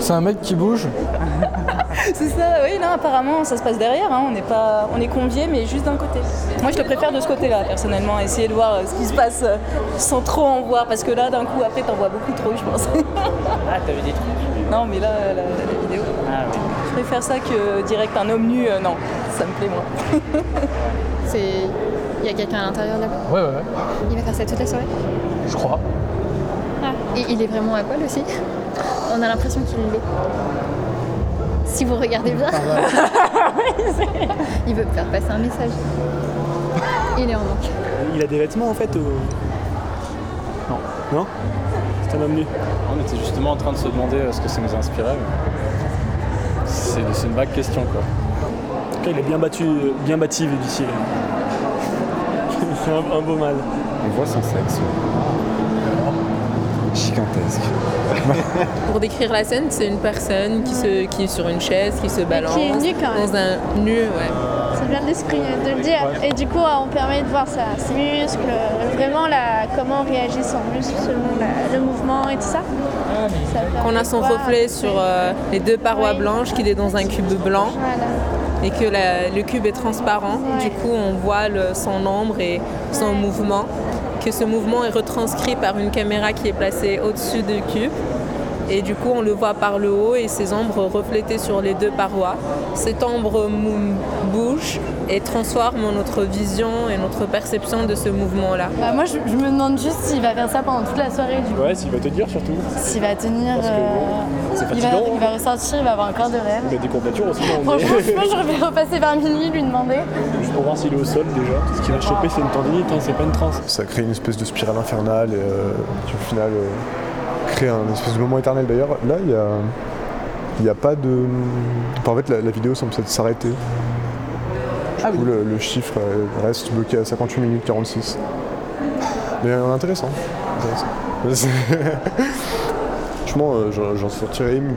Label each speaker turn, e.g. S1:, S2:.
S1: C'est un mec qui bouge.
S2: C'est ça, oui, non, apparemment ça se passe derrière, hein. on est pas, on est conviés mais juste d'un côté. Moi je le préfère de ce côté-là personnellement, essayer de voir euh, ce qui se passe euh, sans trop en voir parce que là d'un coup après t'en vois beaucoup trop je pense.
S3: Ah, t'as vu des trucs
S2: non mais là la, la vidéo,
S3: Ah, oui.
S2: je préfère ça que direct un homme nu, euh, non, ça me plaît moins.
S4: C'est. Il y a quelqu'un à l'intérieur là-bas.
S1: Ouais, ouais, ouais,
S4: Il va faire ça toute la soirée.
S1: je crois.
S4: Et il est vraiment à poil aussi. On a l'impression qu'il l'est. Si vous regardez bien. il veut faire passer un message. Il est en manque.
S5: Il a des vêtements en fait ou...
S3: Non.
S5: Non C'est un homme nu.
S3: On était justement en train de se demander euh, ce que ça nous a inspiré. mais C'est c'est une vague question quoi.
S5: En tout cas, il est bien battu, bien bâti vu d'ici. C'est un, un beau mâle.
S6: On voit son sexe. ouais. Gigantesque.
S7: Pour décrire la scène, c'est une personne qui, se, qui est sur une chaise, qui se balance.
S8: qui est nue, quand même.
S7: Dans un nu, ouais.
S8: C'est bien de l'esprit de le dire. Et du coup, on permet de voir ça, ses muscles, vraiment la, comment réagit son muscle selon la- le mouvement et tout ça. Ça
S7: Qu'on
S8: permet
S7: a
S8: de
S7: son
S8: voir.
S7: reflet sur euh, les deux parois
S8: Oui.
S7: blanches, qu'il est dans un cube blanc
S8: Voilà.
S7: et que la- le cube est transparent.
S8: Ouais.
S7: Du coup, on voit le- son ombre et son mouvement. Que ce mouvement est retranscrit par une caméra qui est placée au-dessus du cube. Et du coup, on le voit par le haut et ses ombres reflétées sur les deux parois. Cette ombre mou- bouge et transforme notre vision et notre perception de ce mouvement-là.
S9: Bah, moi, je, je me demande juste s'il va faire ça pendant toute la soirée. Du coup,
S5: Ouais, s'il va te dire surtout.
S9: s'il va tenir.
S5: Parce que,
S9: euh,
S5: c'est
S9: il, va,
S5: fatigant.
S9: il va ressortir, il va avoir un corps de
S5: Il
S9: rêve.
S5: a des courbatures aussi. on est-
S9: Franchement, je pense que je vais repasser vers minuit, lui demander.
S5: Juste pour voir s'il est au sol déjà. Ce qu'il va choper, c'est une tendinite, hein, c'est pas une transe.
S10: Ça crée une espèce de spirale infernale et euh, qui au final euh, crée un espèce de moment éternel. D'ailleurs, là, il y a, il y a pas de. Enfin, en fait, la, la vidéo semble s'être- s'arrêter. Du coup, le, le chiffre euh, reste bloqué à 58 minutes 46. Mais euh, intéressant. intéressant. Franchement, euh, j'en j'en sortirais ému.